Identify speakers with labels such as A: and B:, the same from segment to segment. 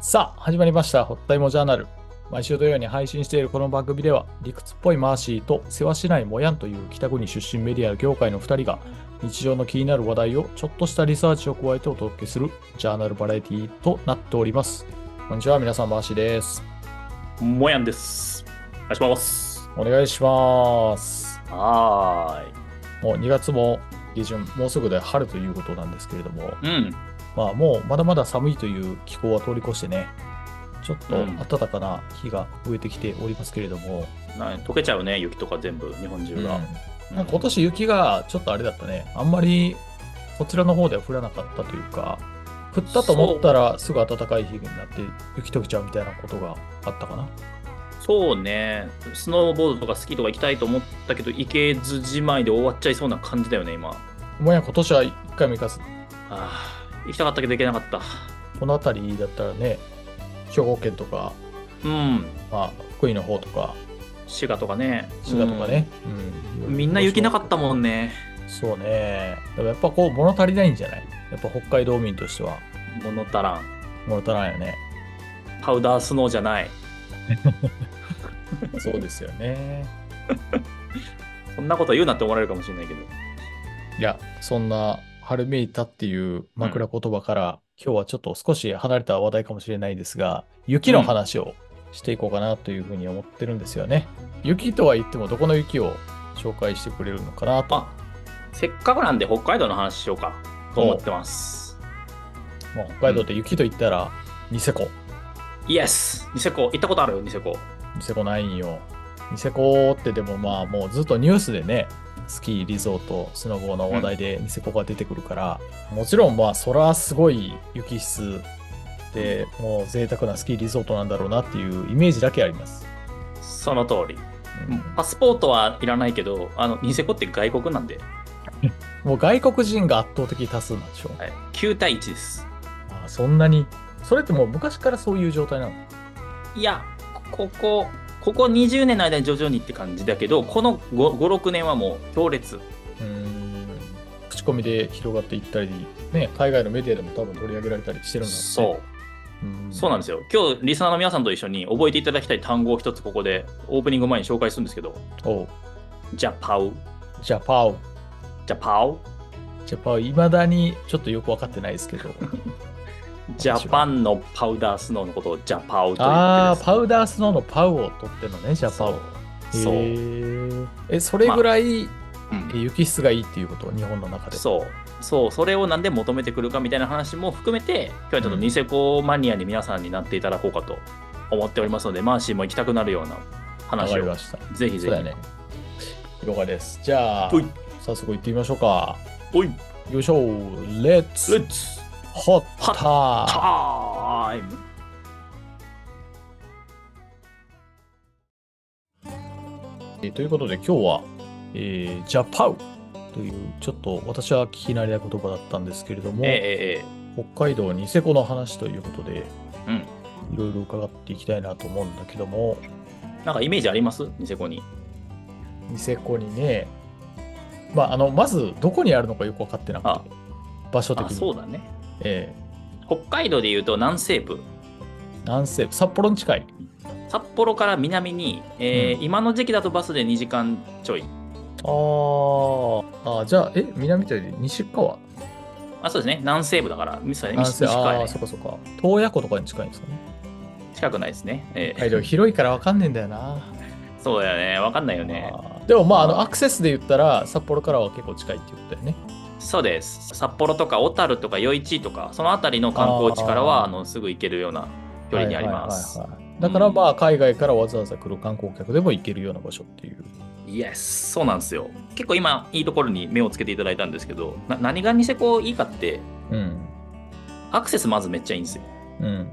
A: さあ、始まりました。ほったいもジャーナル。毎週土曜に配信しているこの番組では、理屈っぽいマーシーと、世話しないもやんという北国出身メディア業界の2人が、日常の気になる話題をちょっとしたリサーチを加えてお届けするジャーナルバラエティとなっております。こんにちは、皆さん、マーシーです。
B: もやんです。お願いします。
A: お願いします。
B: は
A: ーい。もう2月も下旬、もうすぐで春ということなんですけれども、
B: うん、
A: まあ、もうまだまだ寒いという気候は通り越してね、ちょっと暖かな日が増えてきておりますけれども、
B: うん、溶けちゃうね、雪とか全部、日本中が。
A: うん、なんか今年雪がちょっとあれだったね、あんまりこちらの方では降らなかったというか、降ったと思ったらすぐ暖かい日になって、雪解けちゃうみたいなことがあったかな。
B: そうね、スノーボードとかスキーとか行きたいと思ったけど、行けずじまいで終わっちゃいそうな感じだよね、今。
A: もや今年は1回も行かず。
B: ああ行きたかったけど行けなかった
A: この辺りだったらね兵庫県とか、
B: うん
A: まあ、福井の方とか
B: 滋賀とかね
A: 滋賀とかね、
B: うん、うん、みんな雪なかったもんね
A: そうねでもやっぱこう物足りないんじゃないやっぱ北海道民としては
B: 物足らん
A: 物足らんよ ね
B: パウダースノーじゃない
A: そうですよね
B: そんなこと言うなって思われるかもしれないけど
A: いやそんな春めいたっていう枕言葉から、うん、今日はちょっと少し離れた話題かもしれないですが、雪の話をしていこうかなというふうに思ってるんですよね。うん、雪とは言っても、どこの雪を紹介してくれるのかなと。
B: せっかくなんで北海道の話しようかと思ってます。
A: まあ、北海道で雪と言ったら、ニセコ。
B: イエスニセコ行ったことあるニセコ。
A: ニセコないんよ。ニセコってでもまあもうずっとニュースでね、スキーリゾートスノボーの話題でニセコが出てくるから、うん、もちろんまあそらすごい雪質で、うん、もう贅沢なスキーリゾートなんだろうなっていうイメージだけあります
B: その通り、うん、パスポートはいらないけどあのニセコって外国なんで
A: もう外国人が圧倒的多数なんでしょう、はい、
B: 9対1です
A: ああそんなにそれってもう昔からそういう状態なの
B: いやここここ20年の間に徐々にって感じだけどこの56年はもう強烈
A: うん口コミで広がっていったり、ね、海外のメディアでも多分取り上げられたりしてるんだろ、ね、
B: そううそうなんですよ今日リスナーの皆さんと一緒に覚えていただきたい単語を一つここでオープニング前に紹介するんですけど
A: お
B: ジャパウ
A: ジャパウ
B: ジャパウ
A: ジャパウいまだにちょっとよく分かってないで すけど
B: ジャパンのパウダースノーのことをジャパウと言って
A: ああ、パウダースノーのパウを取ってのね、ジャパウ。。
B: そう
A: え、それぐらい、まあ、雪質がいいっていうこと、日本の中で。
B: そう。そう、それをなんで求めてくるかみたいな話も含めて、今日はちょっとニセコマニアに皆さんになっていただこうかと思っておりますので、うん、マーシーも行きたくなるような話を。ぜひぜひ。
A: ね、了解です。じゃあ、早速行ってみましょうか。
B: おい。
A: よいしょ、レッツ。
B: レッツ
A: ホッ
B: タイム
A: えということで今日は、えー、ジャパウというちょっと私は聞き慣れない言葉だったんですけれども、
B: え
A: ー、北海道ニセコの話ということで、
B: うん、
A: いろいろ伺っていきたいなと思うんだけども
B: なんかイメージありますニセコに
A: ニセコにねまああのまずどこにあるのかよく分かってなくて場所的に
B: そうだね
A: え
B: え、北海道でいうと南西部
A: 南西部札幌に近い
B: 札幌から南に、えー、うん、今の時期だとバスで2時間ちょい
A: ああじゃあえ南というより西側
B: あそうですね南西部だから
A: 西西西側あそうかそうか洞爺湖とかに近いんですかね
B: 近くないですね、
A: ええ、北海広いから分かんねえんだよな
B: そうだよね分かんないよね
A: でもまああのアクセスで言ったら札幌からは結構近いっていうことだよね
B: そうです。札幌とか小樽とか余市とか、その辺りの観光地からはあのすぐ行けるような距離にあります。
A: だからまあ、海外からわざわざ来る観光客でも行けるような場所っていう。
B: イエス、そうなんですよ。結構今、いいところに目をつけていただいたんですけど、な何がニセコいいかって、
A: うん、
B: アクセスまずめっちゃいいんですよ。
A: うん、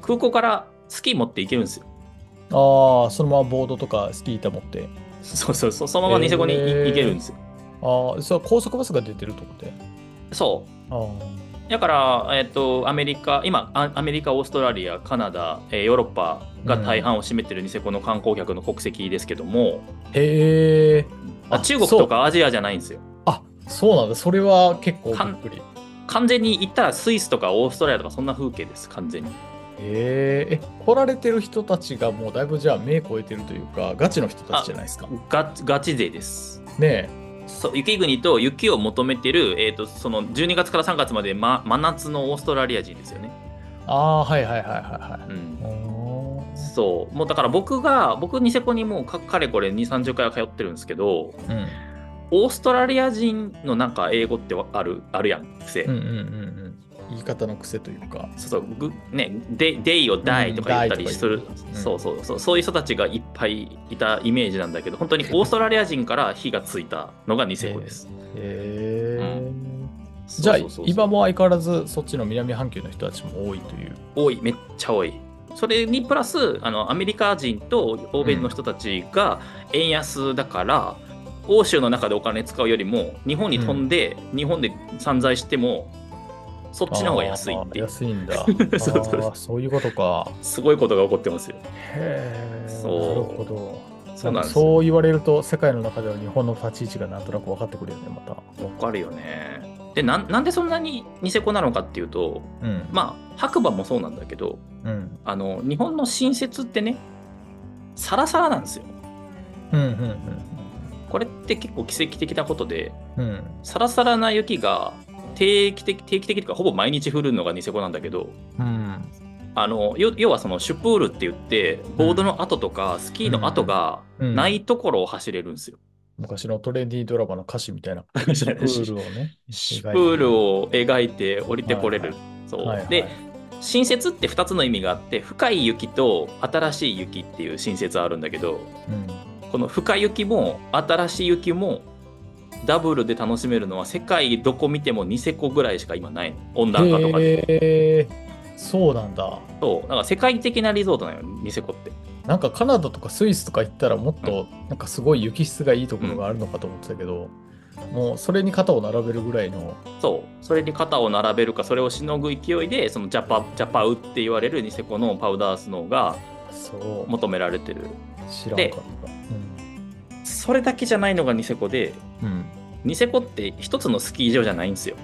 B: 空港からスキー持って行けるんですよ。
A: ああ、そのままボードとかスキー板持って。
B: そうそうそう、そのままニセコに、えー、行けるんですよ。
A: ああ、それ高速バスが出てるとこで。。
B: そう
A: あ
B: だから、えっ、ー、と、アメリカ、今、アメリカ、オーストラリア、カナダ、えー、ヨーロッパが大半を占めてるニセコの観光客の国籍ですけども、
A: うん、へえ。
B: 中国とかアジアじゃないんですよ。
A: あそうなんだ、それは結構びっくり。
B: 完全に行ったらスイスとかオーストラリアとかそんな風景です、完全に。
A: えー、え、来られてる人たちがもうだいぶじゃあ目超えてるというか、ガチの人たちじゃないですか。
B: ガガチ勢です。
A: ね
B: そう雪国と雪を求めてる、えー、とその12月から3月まで、ま、真夏のオーストラリア人ですよね。
A: え。ああー、はいはいはいはいはい。
B: うん
A: うーん
B: そうもうだから僕が僕ニセコにもうかかれこれ2 3 0回は通ってるんですけど
A: うん
B: オーストラリア人のなんか英語ってわあるあるやん癖、
A: うんうんうんうん。言い方の癖というか。
B: そうそうぐねでデイをダイとか言ったりする、
A: うん
B: そうそうそうそういう人たちがいっぱいいたイメージなんだけど本当にオーストラリア人から火がついたのがニセコです、
A: へえ
B: う
A: じゃあ
B: そうそうそうそう
A: 今も相変わらずそっちの南半球の人たちも多いという。
B: 多いめっちゃ多いそれにプラスあのアメリカ人と欧米の人たちが円安だから、欧州の中でお金使うよりも日本に飛んで、日本で散財してもそっちの方が安いってい
A: あー
B: う
A: 安いんだ。
B: そうそう
A: あーそういうことか。
B: すごいことが起こってますよ
A: へえ。
B: そう
A: なるほど。
B: そうなんですよ
A: そう言われると世界の中では日本の立ち位置がなんとなく分かってくるよねまた。
B: わかるよねでなんなんでそんなにニセコなのかっていうと
A: うん。
B: まあ白馬もそうなんだけど
A: うん。
B: あの日本の新設ってねサラサラなんですよ
A: うんうん
B: これって結構奇跡的なことで
A: うんうん。
B: サラサラな雪が定期的定期的というかほぼ毎日降るのがニセコなんだけど
A: うん。
B: あのよ要はそのシュプールって言ってボードの跡とかスキーの跡が
A: うん。
B: ないところを走れるんですよ。
A: 昔のトレンディードラマの歌詞みたいな。
B: シ
A: プ ール
B: ュ
A: をね。
B: プールを描いて降りてこれる。そう
A: はいはい
B: で新雪って2つの意味があって深い雪と新しい雪っていう新雪あるんだけど
A: うん。
B: この深雪も新しい雪もダブルで楽しめるのは世界どこ見てもニセコぐらいしか今ないの温暖化とかで。
A: へえそうなんだ。
B: そう、なんか世界的なリゾートなのよ、ニセコって。
A: なんかカナダとかスイスとか行ったらもっとなんかすごい雪質がいいところがあるのかと思ってたけど、もうそれに肩を並べるぐらいの
B: そう、それに肩を並べるか、それをしのぐ勢いで、そのジャパ、ジャパウって言われるニセコのパウダースノーが
A: そう
B: 求められてる。
A: 知らん
B: で
A: かった
B: それだけじゃないのがニセコで、
A: うん、うん、
B: ニセコって一つのスキー場じゃないんですよ。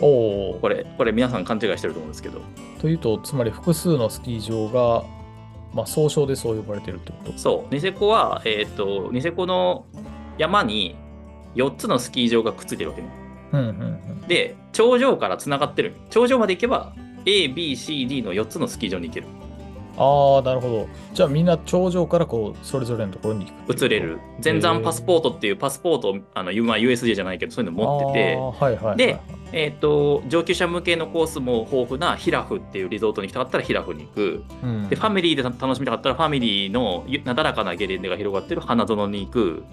A: おお
B: これ、これ皆さん勘違いしてると思うんですけど。
A: というとつまり複数のスキー場が、まあ、総称でそう呼ばれてるってこと
B: そう、ニセコは、えっ、と、ニセコの山に4つのスキー場がくっついてるわけね。
A: うんうんうん
B: で、頂上からつながってる。頂上まで行けば、A、B、C、D の4つのスキー場に行ける。
A: ああなるほどじゃあみんな頂上からこうそれぞれのところに行くってい
B: 移
A: う
B: れる全山パスポートっていうパスポートをあの、まあ、USJ じゃないけどそういうの持
A: あ
B: ってて
A: ーはいはいはい
B: でえー、と上級者向けのコースも豊富なヒラフっていうリゾートに行きたかったらヒラフに行く
A: うん
B: でファミリーで楽しみたかったらファミリーのゆなだらかなゲレンデが広がってる花園に行く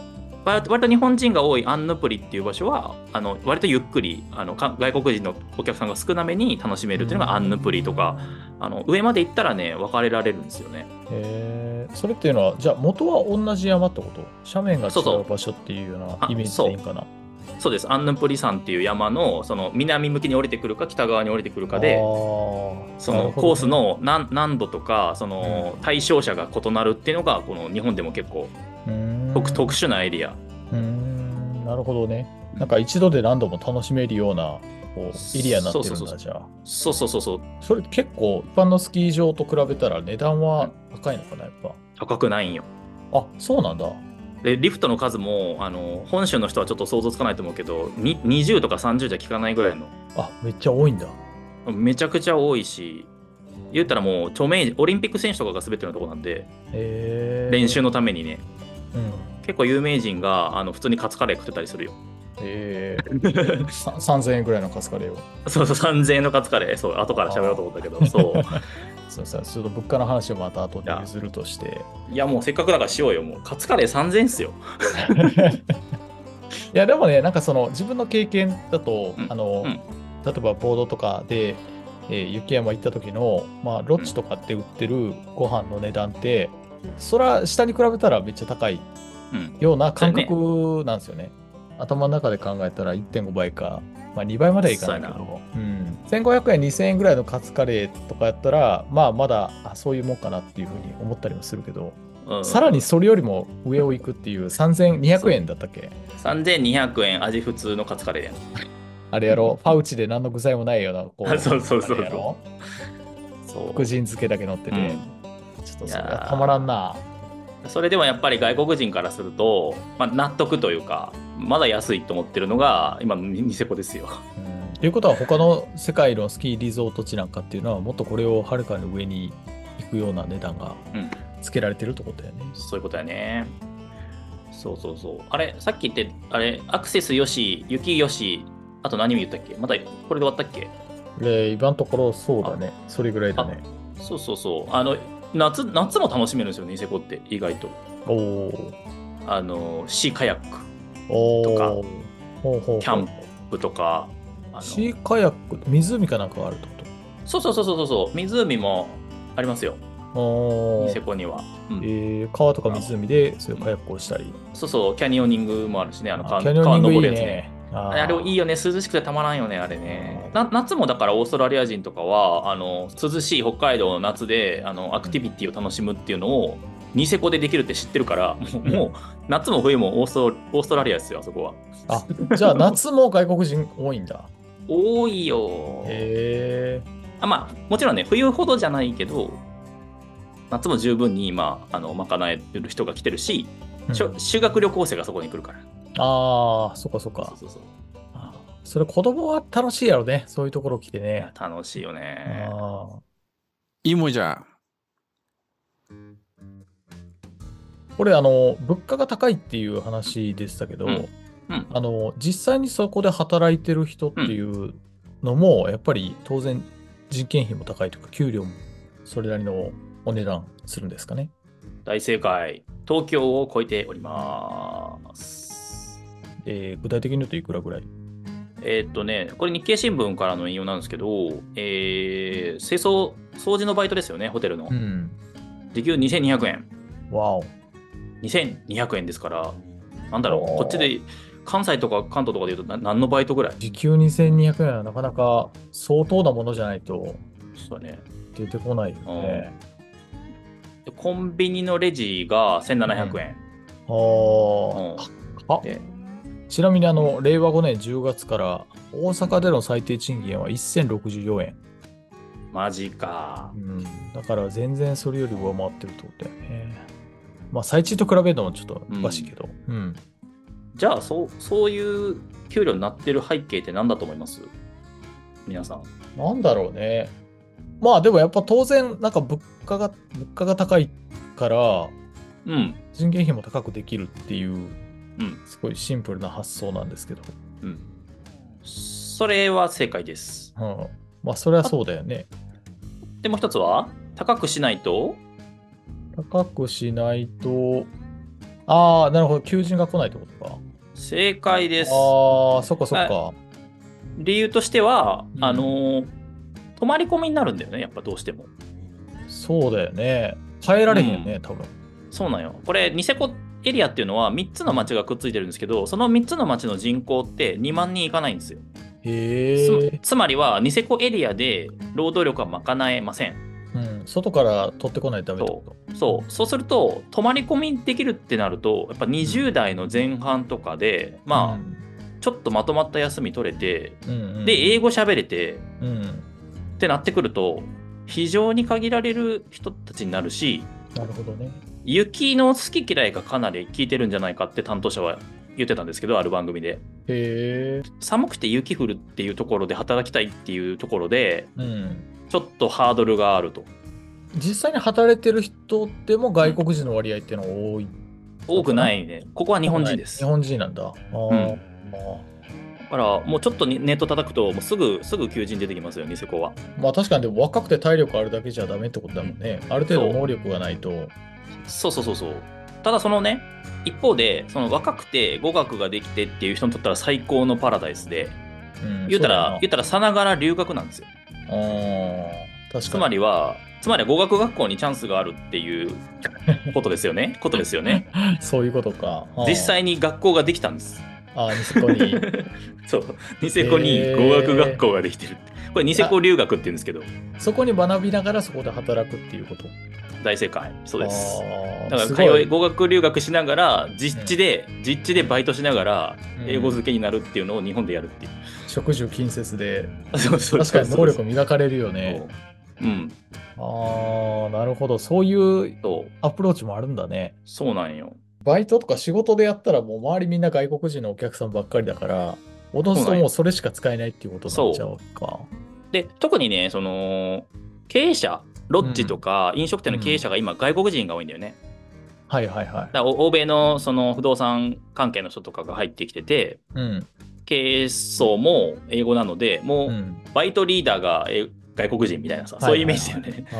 B: 割と割と日本人が多いアンヌプリっていう場所はあの割とゆっくりあのか外国人のお客さんが少なめに楽しめるっていうのがアンヌプリとかあの上まで行ったらね分かれられるんですよね。
A: へえそれっていうのはじゃあ元は同じ山ってこと斜面が
B: そうそ
A: 違う
B: う
A: 場所っていうような
B: あ
A: イメージでいいんかな
B: そうですアンヌプリ山っていう山のその南向きに降りてくるか北側に降りてくるかでそのコースの難難度とかその対象者が異なるっていうのがこの日本でも結構特特殊なエリア
A: 殊なるほどねなんか一度で何度も楽しめるようなこうエリアになってるんだ
B: そうそうそう
A: じゃあ
B: そうそうそうそう
A: それ結構一般のスキー場と比べたら値段は高いのかなやっぱ
B: 高くないんよ
A: あそうなんだ
B: でリフトの数もあの本州の人はちょっと想像つかないと思うけどに20とか30じゃ効かないぐらいの
A: あめっちゃ多いんだ
B: めちゃくちゃ多いし言ったらもう著名人オリンピック選手とかが全てのとこなんで
A: へえ
B: 練習
A: の
B: のためにね
A: うん
B: 結構有名人があの普通にカツカレー食ってたり するよ
A: え3000円ぐらいのカツカレーを
B: そうそう、3000円のカツカレー、そう、後から喋ろうと思ったけど、そう。
A: すいませんちょっと物価の話をまた後で譲るとして
B: いや、もうせっかくだからしようよ、もう。カツカレー3000円っすよ。
A: いやでもねなんかその自分の経験だと、
B: うん
A: あの
B: うん
A: 例えばボードとかで、えー雪山行った時の、まあ、ロッチとかって売ってるご飯の値段って、それは下に比べたらめっちゃ高い
B: うん。
A: ような感覚なんですよね。頭の中で考えたら1.5倍か、まあ、2倍まではいかないけ
B: そう
A: ど、うん、1500円2000円ぐらいのカツカレーとかやったらまあまだあそういうもんかなっていうふうに思ったりもするけど、
B: うん、
A: さらにそれよりも上を行くっていう3200円だったっけ
B: 3200円、味普通のカツカレーやん。
A: あれやろ、ファウチで何の具材もないような、こ
B: あそうそうそうそう
A: あれやろ
B: そう
A: 福神漬けだけ乗ってて、ちょっとそれ
B: いや
A: は
B: ー
A: たまらんな。
B: うんそれでもやっぱり外国人からすると、まあ、納得というかまだ安いと思ってるのが今のニセコですよ
A: うんということは他の世界のスキーリゾート地なんかっていうのはもっとこれをはるかに上に行くような値段が
B: うん
A: つけられてるってことだよね。
B: そういうことやね。そうそうそう。あれ、さっき言って、あれ、アクセスよし、雪よし、あと何も言ったっけまたこれで終わったっけ
A: で今のところそうだね。それぐらいだね。
B: そうそうそう。あの、夏、夏も楽しめるんですよね、ニセコって、意外と。
A: おお
B: あの、シーカヤッ
A: お
B: とか
A: ーほうほうほう
B: ク、キャンプとか、あの
A: シーカヤック、湖かなんかがあるってこ
B: そうそうそうそうそう、湖もありますよ、
A: とお
B: ニセ
A: ー
B: コには。うん
A: えー川とか湖でそういうカヤックをしたり。
B: そうそう、キャニオニングもあるしね、あの
A: あ
B: 川
A: キャニオニングいい
B: 川登るやつ
A: ね。あ
B: あ
A: ー
B: れいいよね、涼しくてたまらんよね、あれね
A: う。ん
B: な夏もだからオーストラリア人とかは、あの涼しい北海道の夏であのアクティビティを楽しむっていうのを、ニセコでできるって知ってるから、もうもう夏も冬もオーストオーストラリアですよ、あそこは。
A: あじゃあ夏も外国人多いん だ。
B: 多いよ、
A: へ
B: あ。まあ、もちろんね、冬ほどじゃないけど、夏も十分に今、あの賄える人が来てるし、
A: え。
B: しょ修学旅行生がそこに来るから。
A: ああ、そっかそっ
B: そ
A: か
B: う。そうそう
A: それ子供は楽しいやろね。そういうところ来て
B: いや
A: ね。
B: 楽しいよね。
A: あ
C: いもじゃ
A: ーこれあの物価が高いっていう話でしたけど、
B: うんうん
A: あの実際にそこで働いてる人っていうのも、やっぱり当然人件費も高いというか給料もそれなりのお値段するんですかね。
B: 大正解東京を超えております
A: えー具体的に言うといくらぐらい
B: えーっとねこれ日経新聞からの引用なんですけど、えー清掃掃除のバイトですよねホテルの
A: うん。
B: 時給2200円
A: わお。
B: 2200円ですからなんだろう
A: おー
B: こっちで関西とか関東とかで言うとな何のバイトぐらい
A: 時給2200円はなかなか相当なものじゃないと
B: そうだね
A: 出てこないよね。
B: でコンビニのレジが1700円、
A: あ
B: うん
A: ーあ
B: で
A: ちなみにあの令和5年10月から大阪での最低賃金は1064円、
B: マジか
A: だから全然それより上回ってるってことだよねまあ最賃と比べるのもちょっとおかしいけど、うん
B: じゃあそうそういう給料になってる背景って何だと思います皆さん
A: なんだろうねまあでもやっぱ当然なんか物価が物価が高いから
B: うん
A: 人件費も高くできるっていう、
B: ん
A: すごいシンプルな発想なんですけど、
B: うん。それは正解です。
A: うん、まあそれはそうだよね
B: でもう一つは、高くしないと、
A: 高くしないとああなるほど求人が来ないってことか
B: 正解です。
A: ああ、そっかそっか。
B: 理由としては、
A: うん
B: あのー、泊まり込みになるんだよね、やっぱどうしても。
A: そうだよね。変えられへんよね、多分。
B: そうなんよ。これ、ニセコエリアっていうのは3つの町がくっついてるんですけど、その3つの町の人口って2万人いかないんですよ。
A: へ
B: つ
A: え。
B: つまりは、ニセコエリアで労働力は賄えません。
A: うん、外から取ってこないとダメってこ
B: そうそうすると、泊まり込みできるってなると、やっぱ20代の前半とかで、
A: と。
B: まあ、ちょっとまとまった休み取れて、
A: あ、うんうん、
B: で英語喋れて
A: うん。
B: ってなってくると非常に限られる人たちになるし
A: なるほどね。
B: 雪の好き嫌いがかなり効いてるんじゃないかって担当者は言ってたんですけどある番組で
A: へえ。
B: 寒くて雪降るっていうところで働きたいっていうところで
A: うん。
B: ちょっとハードルがあると
A: 実際に働いてる人でも外国人の割合っていうのは多い。
B: 多くないねここは日本人です
A: 日
B: だ
A: 本人なんだ。あー、
B: うん
A: あ
B: からもうちょっとネット叩くともうすぐすぐ求人出てきますよニセコは
A: ーまあ確かにでも若くて体力あるだけじゃダメってことだもんね。ある程度能力がないと。
B: そうそうそうそうただそのね一方でその若くて語学ができてっていう人にとったら最高のパラダイスで
A: うん
B: 言ったら、
A: そう
B: 言ったらさながら留学なんですよ。
A: だなあー確かに。
B: つまりは、つまりは語学学校にチャンスがあるっ ていうことですよね。ことですよね。
A: そういうことか。あー
B: 実際に学校ができたんです。
A: あー、ニセコに。
B: そう、ニセコに語学学校ができてる。これニセコ留学って言うんですけど、
A: そこに学びながらそこで働くっていうこと。
B: 大正解。そうです。
A: あー
B: だから
A: す
B: 通
A: ご
B: い語学留学しながら実地で、実地でバイトしながら
A: うん
B: 英語漬けになるっていうのを日本でやるっていう。
A: 食住近接で、
B: そうそうそう
A: 確かに能力磨かれるよね。
B: うん、
A: ああ、なるほど。そういう
B: そう、
A: アプローチもあるんだね。
B: そうなんよ。
A: バイトとか仕事でやったらもう周りみんな外国人のお客さんばっかりだから、脅す
B: そ
A: と
B: うなん
A: もう
B: よ
A: それしか使えないっていうことになっちゃうか。
B: で、特にね、その、経営者、ロッジとか飲食店の経営者が今、外国人が多いんだよね。
A: はいはいはい。
B: だからお欧米のその不動産関係の人とかが入ってきてて、
A: うん。
B: 経営層も英語なので、も
A: う。
B: うんバイトリーダーがえ外国人みたいなさ、
A: はい
B: そう
A: はいいう
B: イ
A: は
B: メ
A: い
B: ージだよね。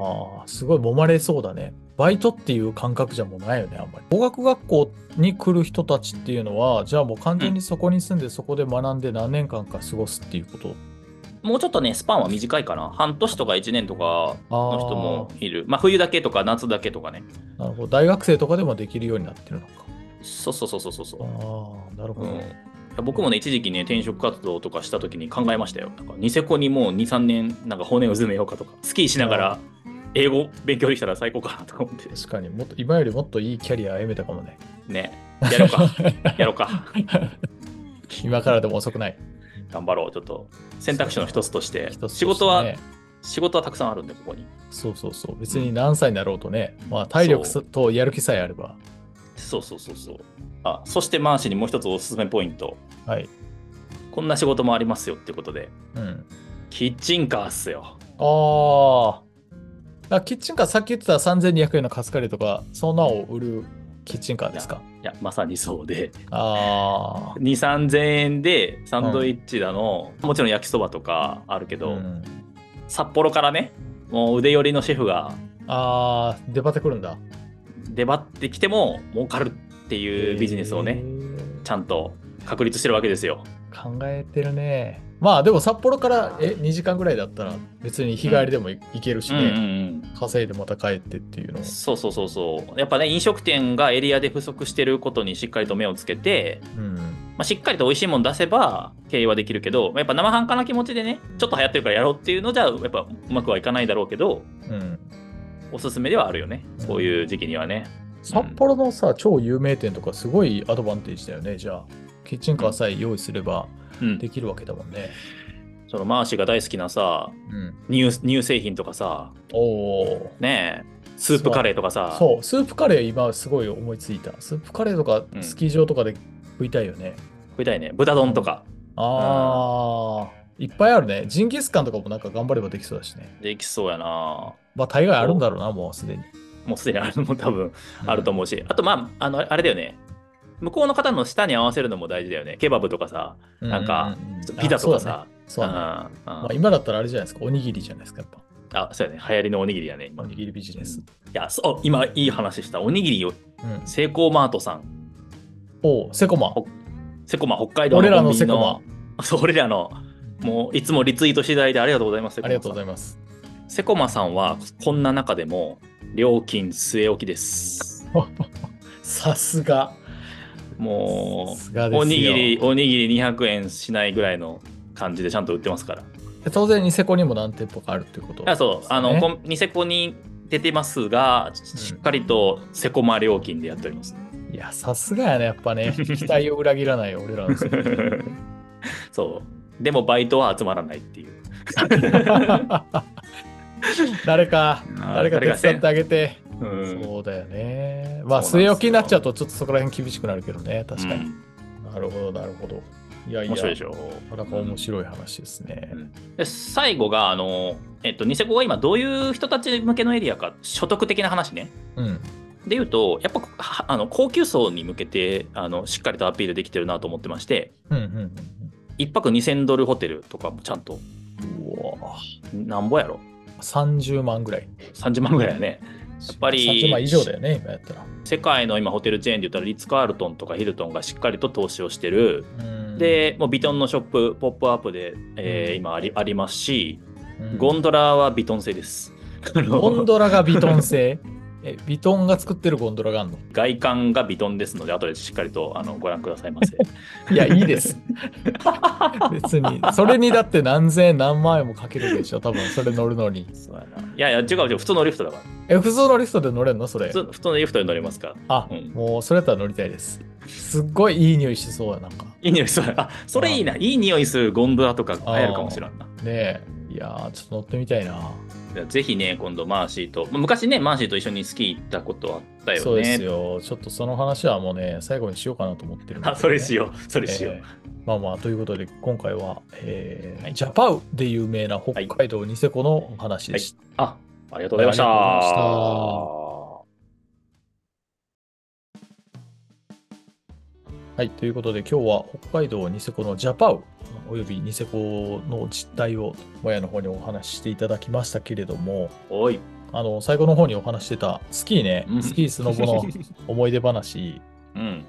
A: ああ、すごい揉まれそうだね。バイトっていう感覚じゃもうないよね、あんまり。語学学校に来る人たちっていうのは、じゃあもう完全にそこに住んで、そこで学んで何年間か過ごすっていうこと。
B: もうちょっとね、スパンは短いかな。半年とか1年とか
A: ああ、
B: の人もいる。まあ、冬だけとか夏だけとかね。
A: なるほど。大学生とかでもできるようになってるのか。
B: そうそうそうそうそうそう。
A: ああ、なるほ
B: う
A: ど。
B: んいや僕もね一時期ね転職活動とかした時に考えましたよなんかニセコにもう23年なんか骨を詰めようかとかスキーしながら英語勉強できたら最高かなと思って
A: 確かにもっと今よりもっといいキャリア歩めたかもね。
B: ねやろうかやろうか
A: 今からでも遅くない。
B: 頑張ろうちょっと選択肢の一つとして
A: 一つとしてね
B: 仕事は仕事はたくさんあるんでここに
A: そうそうそう。別に何歳になろうとね、まあ体力
B: そ
A: さとやる気さえあれば。
B: そうそうそうそうあそしてマーシーにもう一つおすすめポイント
A: はい。
B: こんな仕事もありますよってことで
A: うん。
B: キッチンカーっすよ
A: ああ。だからキッチンカー、さっき言ってた3200円のカツカレーとか、そんなを売るキッチンカーですか。
B: いやまさにそうで
A: ああ。
B: 2 3 0円でサンドイッチだの、もちろん焼きそばとかあるけど、
A: うん
B: 札幌からねもう腕寄りのシェフが
A: ああ、出張ってくるんだ。
B: 出張ってきても儲かるっていうビジネスをね、
A: へー
B: ちゃんと確立してるわけですよ
A: 考えてるね。まあでも札幌からえ2時間ぐらいだったら別に日帰りでもい行けるし
B: うん
A: ね、
B: うんうん
A: 稼いでまた帰ってっていうの。
B: そうそうそうそうやっぱね飲食店がエリアで不足してることにしっかりと目をつけて、
A: うん、
B: まあ、しっかりと美味しいもの出せば経営はできるけどやっぱ生半可な気持ちでねちょっと流行ってるからやろうっていうのじゃやっぱうまくはいかないだろうけど
A: うん、
B: おすすめではあるよねこういう時期にはね
A: 札幌のさ、超有名店とかすごいアドバンテージだよねじゃあキッチンカーさえ用意すれば
B: うん
A: できるわけだもんね、
B: そのマーシーが大好きなさ
A: うん、
B: 乳乳製品とかさ
A: おお
B: ねえスープカレーとかさ
A: そうスープカレー今すごい思いついたスープカレーとか
B: うん
A: スキー場とかで食いたいよね、
B: 食いたいね豚丼とか
A: ああいっぱいあるねジンギスカンとかもなんか頑張ればできそうだしね
B: できそうやな
A: まあ大概あるんだろうなもうすでに、
B: もうすでにあるのも多分あると思うし、あとまああのあれだよね向こうの方の舌に合わせるのも大事だよねケバブとかさ
A: う
B: なんか
A: うう
B: ピザとか
A: あ
B: さ
A: そうだねそうだね
B: うんうん
A: まあ、今だったらあれじゃないですかおにぎりじゃないですかやっぱ
B: あそうやね流行りのおにぎりやね
A: お
B: 今い
A: にぎりビジネス、
B: やそう今いい話したおにぎりを
A: うん、
B: セイコーマートさん
A: おうセコマ
B: ほセコマ北海道の
A: 俺らの
B: コンビニ
A: セコ
B: そう俺らのもういつもリツイート次第でありがとうございます
A: ありがとうござ
B: い
A: います
B: ますセコマさんはこんな中でも料金据え置きです
A: さすが。
B: も
A: さすがで
B: う
A: すよ
B: おにぎりおにぎり200円しないぐらいの感じでちゃんと売ってますから
A: 当然、ニセコにも何店舗かあるっていうこと、
B: あそうあの、こんニセコに出てますがしっかりとセコマ料金でやっております、
A: いや、さすがやね、やっぱね。期待を裏切らないよ、俺らの 世
B: そうでもバイトは集まらないっていう
A: 界 誰か、誰か手伝ってあげて。
B: うん
A: そうだよね。まあ、
B: そうな
A: 据え
B: んですよ
A: 置きになっちゃうと、ちょっとそこら辺厳しくなるけどね、確か
B: う
A: に。
B: ん
A: なるほど、なるほど。いやいや、
B: 面白いでしょ
A: なかなか面白い話ですね。
B: うんで最後があの、えっと、ニセコが今どういう人たち向けのエリアか所得的な話ね
A: うん。
B: でいうとやっぱはあの高級層に向けてあのしっかりとアピールできてるなと思ってまして
A: うん、うん、
B: 1泊2000ドルホテルとかもちゃんと
A: うん。うわぁ
B: なんぼやろ
A: 30万ぐらい。
B: 30万ぐらいやね
A: や
B: っぱり
A: 30万以上だよね、今やったら。
B: 世界の今ホテルチェーンで言ったらリッツ・カールトンとかヒルトンがしっかりと投資をしてる
A: うん、
B: でもうビトンのショップポップアップで、えー今ありありますし
A: うん
B: ゴンドラはビトン製です
A: ゴンドラがビトン製え、ビトンが作ってるゴンドラがあんの
B: 外観がビトンですので後でしっかりとあのご覧くださ いませ
A: いや、いいです。 別に。それにだって何千円何万円もかけるでしょ、多分それ乗るのに。
B: そうやないやいや違う違う普通のリフトだから
A: え、普通のリフトで乗れるのそれ。
B: 普通普通のリフトに乗れますから
A: あ、
B: うん
A: もうそれやったら乗りたいです。すっごいいい匂いしそうや、なんか。
B: いい匂いするあそれいいないい匂いするゴンドラとか流行るかもしれんな
A: ねえ。いやー、ちょっと乗ってみたいな。
B: いやぜひね、今度マーシーと、まあ昔ね、マーシーと一緒にスキー行ったことあったよね。
A: そうですよ。ちょっとその話はもうね、最後にしようかなと思ってるんで、
B: あ、それしよう、それしよう。
A: えーまあまあ、ということで、今回は、えージャパウで有名な北海道ニセコのお話でした。
B: あ、ありがとうございました。
A: ありがとはい、ということで今日は北海道ニセコのジャパウおよびニセコの実態をもやの方にお話ししていただきましたけれども
B: おい。
A: あの最後の方にお話ししてたスキーね、
B: うん
A: スキースノボ の思い出話
B: うん。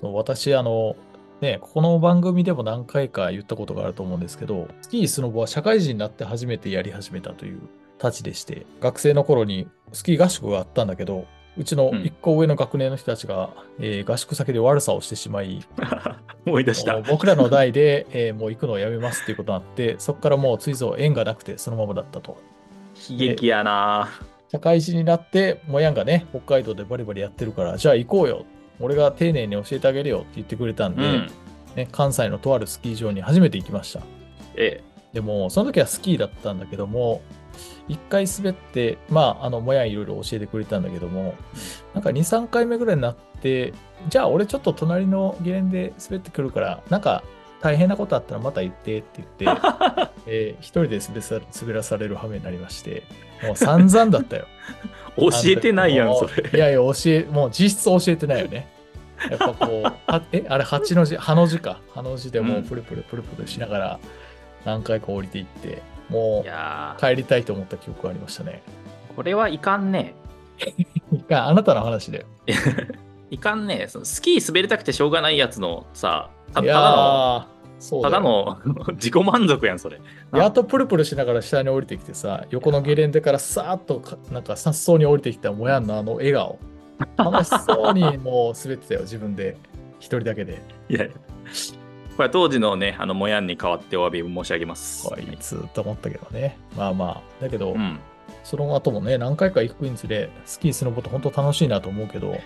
A: そう私あのねここの番組でも何回か言ったことがあると思うんですけどスキースノボは社会人になって初めてやり始めたというたちでして学生の頃にスキー合宿があったんだけどうちの1個上の学年の人たちが、えー合宿先で悪さをしてしまい
B: 思い出した。
A: もう僕らの代で、えーもう行くのをやめますっていうことになって、そこからもうついぞ縁がなくて、そのままだったと。
B: 悲劇やな。
A: 社会人になって、もやんがね、北海道でバリバリやってるから、じゃあ行こうよ。俺が丁寧に教えてあげるよって言ってくれたん
B: う
A: で、
B: ん。
A: ね、関西のとあるスキー場に初めて行きました。
B: え
A: でも、その時はスキーだったんだけども、一回滑って、まあ、あの、もやんいろいろ教えてくれたんだけども、なんか2、3回目ぐらいになって、じゃあ俺ちょっと隣のゲレンデ滑ってくるから、なんか大変なことあったらまた言ってって言って、えー一人で滑さ滑らされる羽目になりまして、もう散々だったよ。
B: え教えてないやん、そ
A: い
B: れ。
A: やいや、教え、もう実質教えてないよ ね。やっぱこう、はえ、あれ、八の字、ハの字か。ハの字でもうプルプルプルプルしながら、何回か降りていって、も
B: いうやー
A: 帰りたいと思った記憶がありましたね。
B: これはいかんね。
A: いやあなたの話で。
B: いかんね。そのスキー滑りたくてしょうがないやつのさ、た
A: い
B: た
A: や
B: だの、
A: ーそう
B: た
A: だ
B: だ
A: よ
B: の自己満足やん、それ。
A: やっとプルプルしながら下に降りてきてさ、横のゲレンデからさーっとかなんかさっそうに降りてきたもやんのあの笑顔。楽しそうにもう滑ってたよ、自分で。一人だけで。
B: いやいやこれは当時のね、あの、もやんに代わってお詫び申し上げます。
A: こいつと思ったけどね。まあまあ。だけど、
B: うん。
A: その後もね、何回か行くにつれ、スキースノボって本当楽しいなと思うけど、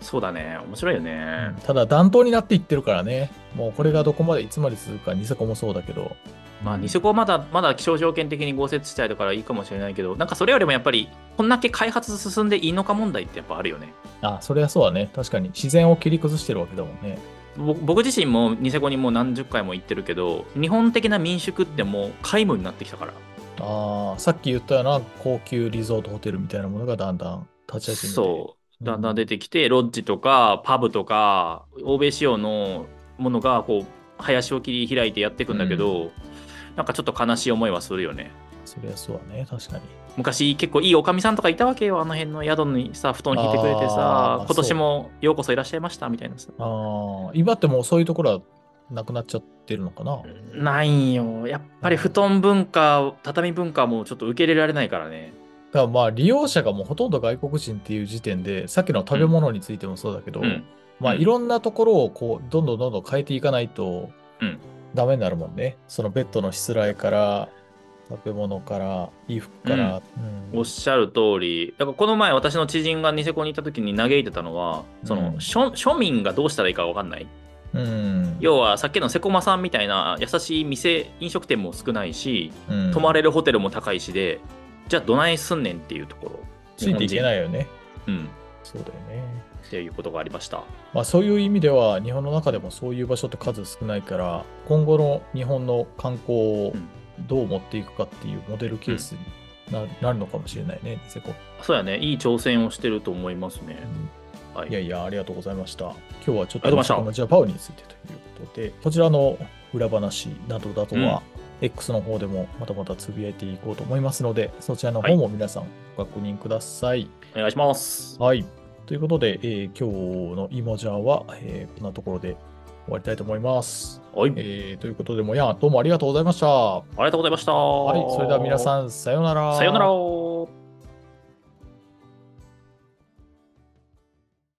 B: そうだね。面白いよね。
A: ただ暖冬になっていってるからね、もうこれがどこまでいつまで続くか、ニセコもそうだけど、
B: まあ、ニセコはまだまだ気象条件的に豪雪地帯だからいいかもしれないけど、なんかそれよりもやっぱり、こんだけ開発進んでいいのか問題ってやっぱあるよね。
A: あ、それはそうだね。確かに自然を切り崩してるわけだもんね。
B: ぼ僕自身もニセコにもう何十回も行ってるけど、日本的な民宿ってもう皆無になってきたから。
A: ああ、さっき言ったような高級リゾートホテルみたいなものがだんだん立ち始めて。
B: そう。だんだん
A: で。
B: 出てきて、ロッジとかパブとか、欧米仕様のものがこう、林を切り開いてやっていくんだけど、なんかちょっと悲しい思いはするよね。
A: そりゃそうだね、確かに。
B: 昔結構いいおかみさんとかいたわけよあの辺の宿にさ布団引いてくれ
A: あ
B: て
A: ー
B: さ今年もようこそいらっしゃいましたみたいなさ
A: ああ、今ってもうそういうところはなくなっちゃってるのかな。
B: ないんよやっぱり布団文化畳文化はもうちょっと受け入れられないからね
A: だからまあ利用者がもうほとんど外国人っていう時点で、さっきの食べ物についてもそうだけど、
B: うん
A: まあ
B: うん
A: いろんなところをこうどんどんどんどん変えていかないと
B: うん
A: ダメになるもんね。そのベッドのしつらえから、食べ物から、衣服から。うん
B: おっしゃる通りだからこの前私の知人がニセコに行った時に嘆いてたのはその、
A: うん
B: 庶庶民がどうしたらいいか分かんない
A: うん
B: 要はさっきのセコマさんみたいな優しい店飲食店も少ないし
A: うん
B: 泊まれるホテルも高いしでじゃあどないすんねんっていうところ
A: ついていけ
B: い、
A: ないよね。
B: うん、
A: そうだよね。
B: っていうことがありました
A: まあ、そういう意味では日本の中でもそういう場所って数少ないから今後の日本の観光を
B: うん
A: どう持っていくかっていうモデルケースにな,、なるのかもしれないねニセコ、
B: そうやね、いい挑戦をしてると思いますね。はい
A: いやいやありがとうございました今日はちょっ
B: あ
A: と
B: りがとうございました
A: このジャパオについてということでこちらの裏話などだとは、X の方でもまたまたつぶやいていこうと思いますのでそちらの方も皆さんご確認ください
B: お願いします。
A: はい。ということで、えー今日のイモジャーは、えーこんなところで終わりたいと思います。
B: はい、あり
A: えーということで、もやん、どうもありがとうございました。は
B: がとうございました。
A: い。それでは皆さん、さようなら。
B: さようなら。